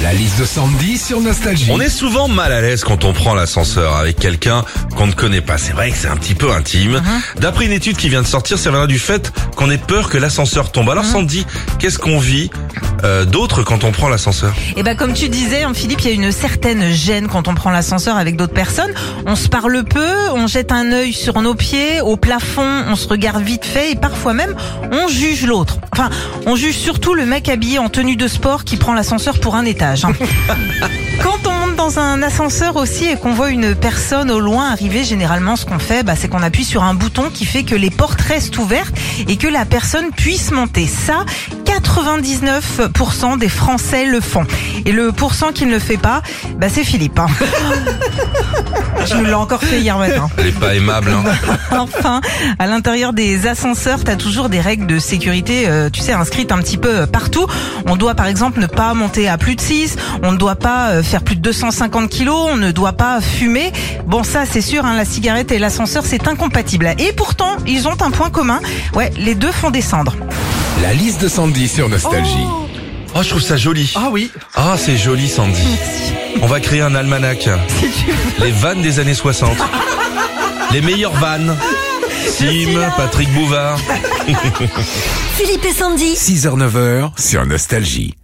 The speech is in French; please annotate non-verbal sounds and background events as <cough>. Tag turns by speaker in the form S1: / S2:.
S1: La liste de Sandy sur Nostalgie.
S2: On est souvent mal à l'aise quand on prend l'ascenseur avec quelqu'un qu'on ne connaît pas. C'est vrai que c'est un petit peu intime.
S3: Uh-huh.
S2: D'après une étude qui vient de sortir, ça vient du fait qu'on ait peur que l'ascenseur tombe.
S3: Uh-huh.
S2: Alors Sandy, qu'est-ce qu'on vit euh, d'autre quand on prend l'ascenseur
S4: Et ben comme tu disais, hein, Philippe, il y a une certaine gêne quand on prend l'ascenseur avec d'autres personnes. On se parle peu, on jette un œil sur nos pieds, au plafond, on se regarde vite fait et parfois même on juge l'autre. Enfin, on juge surtout le mec habillé en tenue de sport qui prend l'ascenseur pour un étage. hein. Quand on monte dans un ascenseur aussi et qu'on voit une personne au loin arriver, généralement ce qu'on fait, bah, c'est qu'on appuie sur un bouton qui fait que les portes restent ouvertes et que la personne puisse monter. Ça, 99% des Français le font. Et le pourcent qui ne le fait pas, bah, c'est Philippe. hein. Je me l'ai encore fait hier matin.
S2: Elle est pas aimable.
S3: <laughs>
S2: Hein.
S4: Enfin, à l'intérieur des ascenseurs, t'as toujours des règles de sécurité, euh, tu sais, inscrites un petit peu euh, partout. On doit par exemple ne pas monter à plus de 6, on ne doit pas euh, faire plus de 250 kilos, on ne doit pas fumer. Bon, ça c'est sûr, hein, la cigarette et l'ascenseur, c'est incompatible. Et pourtant, ils ont un point commun. Ouais, les deux font descendre.
S1: La liste de Sandy sur Nostalgie.
S2: Oh, je trouve ça joli.
S3: Ah oui.
S2: Ah, c'est joli Sandy. On va créer un almanach. Les vannes des années 60. Les meilleures vannes. Sim, Patrick Bouvard.
S5: Philippe et Sandy.
S1: 6h-9h sur Nostalgie.